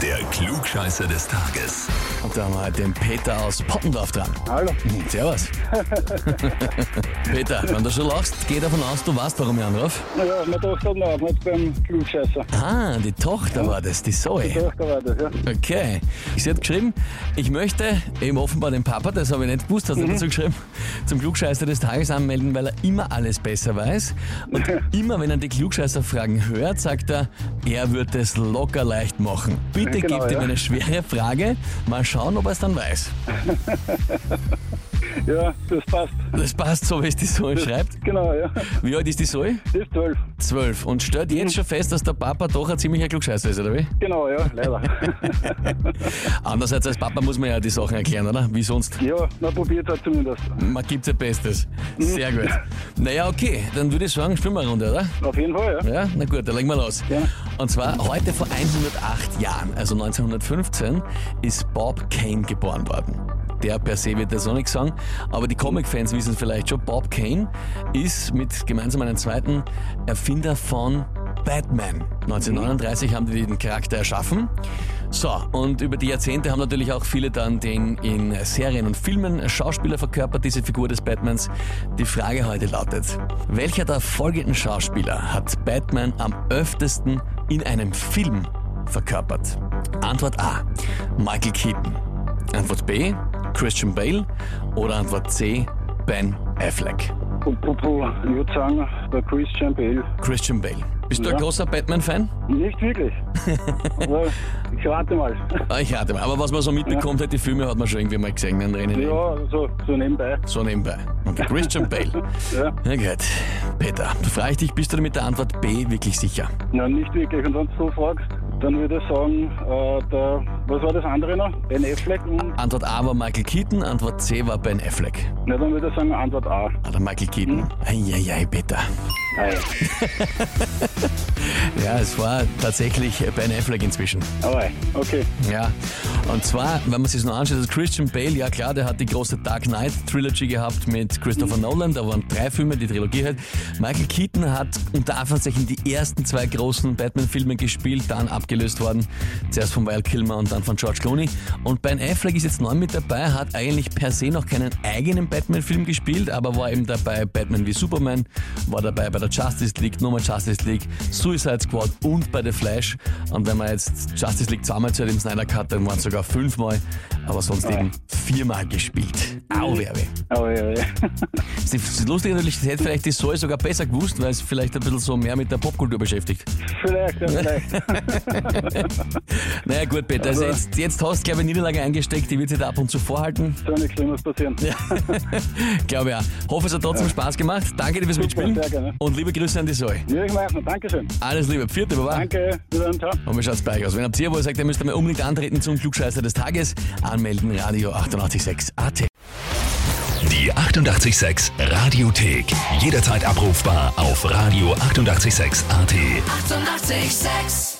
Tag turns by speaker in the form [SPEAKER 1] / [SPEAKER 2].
[SPEAKER 1] Der Klugscheißer des Tages.
[SPEAKER 2] Und da haben wir den Peter aus Poppendorf dran.
[SPEAKER 3] Hallo.
[SPEAKER 2] Servus. Peter, wenn du schon lachst, geh davon aus, du weißt, warum ich anrufe.
[SPEAKER 3] Ja, meine Tochter hat noch nicht beim Klugscheißer.
[SPEAKER 2] Ah, die Tochter war das, die
[SPEAKER 3] Die
[SPEAKER 2] Zoe.
[SPEAKER 3] Tochter war das, ja.
[SPEAKER 2] Okay. Sie hat geschrieben, ich möchte eben offenbar den Papa, das habe ich nicht gewusst, hat
[SPEAKER 3] Mhm.
[SPEAKER 2] sie dazu geschrieben, zum Klugscheißer des Tages anmelden, weil er immer alles besser weiß. Und immer, wenn er die Klugscheißer-Fragen hört, sagt er, er wird es locker leicht machen. Bitte
[SPEAKER 3] Genau,
[SPEAKER 2] gebt ihm
[SPEAKER 3] ja.
[SPEAKER 2] eine schwere Frage, mal schauen, ob er es dann weiß.
[SPEAKER 3] Ja, das passt.
[SPEAKER 2] Das passt so, wie es die Zoe schreibt.
[SPEAKER 3] Genau, ja.
[SPEAKER 2] Wie alt ist die Zoe? Hm.
[SPEAKER 3] Die Ist zwölf.
[SPEAKER 2] Zwölf. Und stellt jetzt schon fest, dass der Papa doch ein ziemlicher Klugscheißer ist, oder wie?
[SPEAKER 3] Genau, ja, leider.
[SPEAKER 2] Andererseits als Papa muss man ja die Sachen erklären, oder? Wie sonst?
[SPEAKER 3] ja, na, probiert hat zumindest.
[SPEAKER 2] Man gibt sein Bestes. Sehr gut. Naja, okay. Dann würde ich sagen, spielen wir eine Runde, oder?
[SPEAKER 3] Auf jeden Fall, ja.
[SPEAKER 2] Ja, na gut, dann legen wir los.
[SPEAKER 3] Gerne.
[SPEAKER 2] Und zwar heute vor 108 Jahren, also 1915, ist Bob Kane geboren worden. Der per se wird das auch nichts sagen, aber die Comic-Fans wissen es vielleicht schon. Bob Kane ist mit gemeinsam einem zweiten Erfinder von Batman. 1939 haben die den Charakter erschaffen. So, und über die Jahrzehnte haben natürlich auch viele dann den in Serien und Filmen Schauspieler verkörpert, diese Figur des Batmans. Die Frage heute lautet, welcher der folgenden Schauspieler hat Batman am öftesten in einem Film verkörpert? Antwort A, Michael Keaton. Antwort B, Christian Bale. Oder Antwort C, Ben Affleck.
[SPEAKER 3] Und Popo, ich würde sagen, der Christian Bale.
[SPEAKER 2] Christian Bale. Bist du ein
[SPEAKER 3] Ja.
[SPEAKER 2] großer Batman-Fan?
[SPEAKER 3] Nicht wirklich. Aber ich rate mal.
[SPEAKER 2] Ah, Ich hatte mal. Aber was man so mitbekommt hat, die Filme hat man schon irgendwie mal gesehen, dann rennen
[SPEAKER 3] Ja, so, so nebenbei.
[SPEAKER 2] So nebenbei. Und der Christian Bale.
[SPEAKER 3] Ja.
[SPEAKER 2] Na gut. Peter, frage ich dich, bist du dir mit der Antwort B wirklich sicher?
[SPEAKER 3] Na, nicht wirklich. Und wenn du so fragst, dann würde ich sagen, äh, der, was war das andere noch? Ben Affleck und,
[SPEAKER 2] Antwort A war Michael Keaton, Antwort C war Ben Affleck.
[SPEAKER 3] na, dann würde ich sagen, Antwort A.
[SPEAKER 2] Ah, der Michael Keaton. Eieiei, Peter.
[SPEAKER 3] Nein.
[SPEAKER 2] Ja, es war tatsächlich Ben Affleck inzwischen.
[SPEAKER 3] Aber, okay.
[SPEAKER 2] Ja, und zwar, wenn man sich noch anschaut, also Christian Bale, ja klar, der hat die große Dark Knight Trilogy gehabt mit Christopher Nolan, da waren drei Filme, die Trilogie halt. Michael Keaton hat unter Anführungszeichen die ersten zwei großen Batman-Filme gespielt, dann abgelöst worden, zuerst von Val Kilmer und dann von George Clooney. Und Ben Affleck ist jetzt neu mit dabei, hat eigentlich per se noch keinen eigenen Batman-Film gespielt, aber war eben dabei Batman wie Superman, war dabei bei der Justice League, nochmal Justice League, Suicide Squad und bei The Flash. Und wenn man jetzt Justice League zweimal zu dem Snyder Cut, dann waren es sogar fünfmal, aber sonst eben viermal gespielt. Au, Werbe.
[SPEAKER 3] Aber, ja, ja.
[SPEAKER 2] Das ist lustig natürlich, das hätte vielleicht die Zoe sogar besser gewusst, weil es vielleicht ein bisschen so mehr mit der Popkultur beschäftigt.
[SPEAKER 3] Vielleicht, ja, vielleicht.
[SPEAKER 2] Naja, gut, Peter, also
[SPEAKER 3] Aber-
[SPEAKER 2] jetzt, jetzt hast du, glaube ich, eine Niederlage eingesteckt, die wird dir da ab und zu vorhalten.
[SPEAKER 3] Soll nichts Schlimmes passieren.
[SPEAKER 2] Ja, glaube ja. Hoffe, es hat trotzdem Spaß gemacht. Danke dir fürs Mitspielen.
[SPEAKER 3] sehr gerne.
[SPEAKER 2] Und liebe Grüße an die Zoe.
[SPEAKER 3] Ja, ich mache Dankeschön.
[SPEAKER 2] Alles Liebe. Vierte Baba.
[SPEAKER 3] Danke, wieder ciao.
[SPEAKER 2] Und wir schaut's gleich aus. Wenn ihr hier wohl sagt, ihr müsst einmal unbedingt antreten zum Klugscheißer des Tages, anmelden Radio 886 AT.
[SPEAKER 1] Die 88,6 Radiothek. Jederzeit abrufbar auf radio886.at. 88,6.
[SPEAKER 4] Eighty-eight, sex.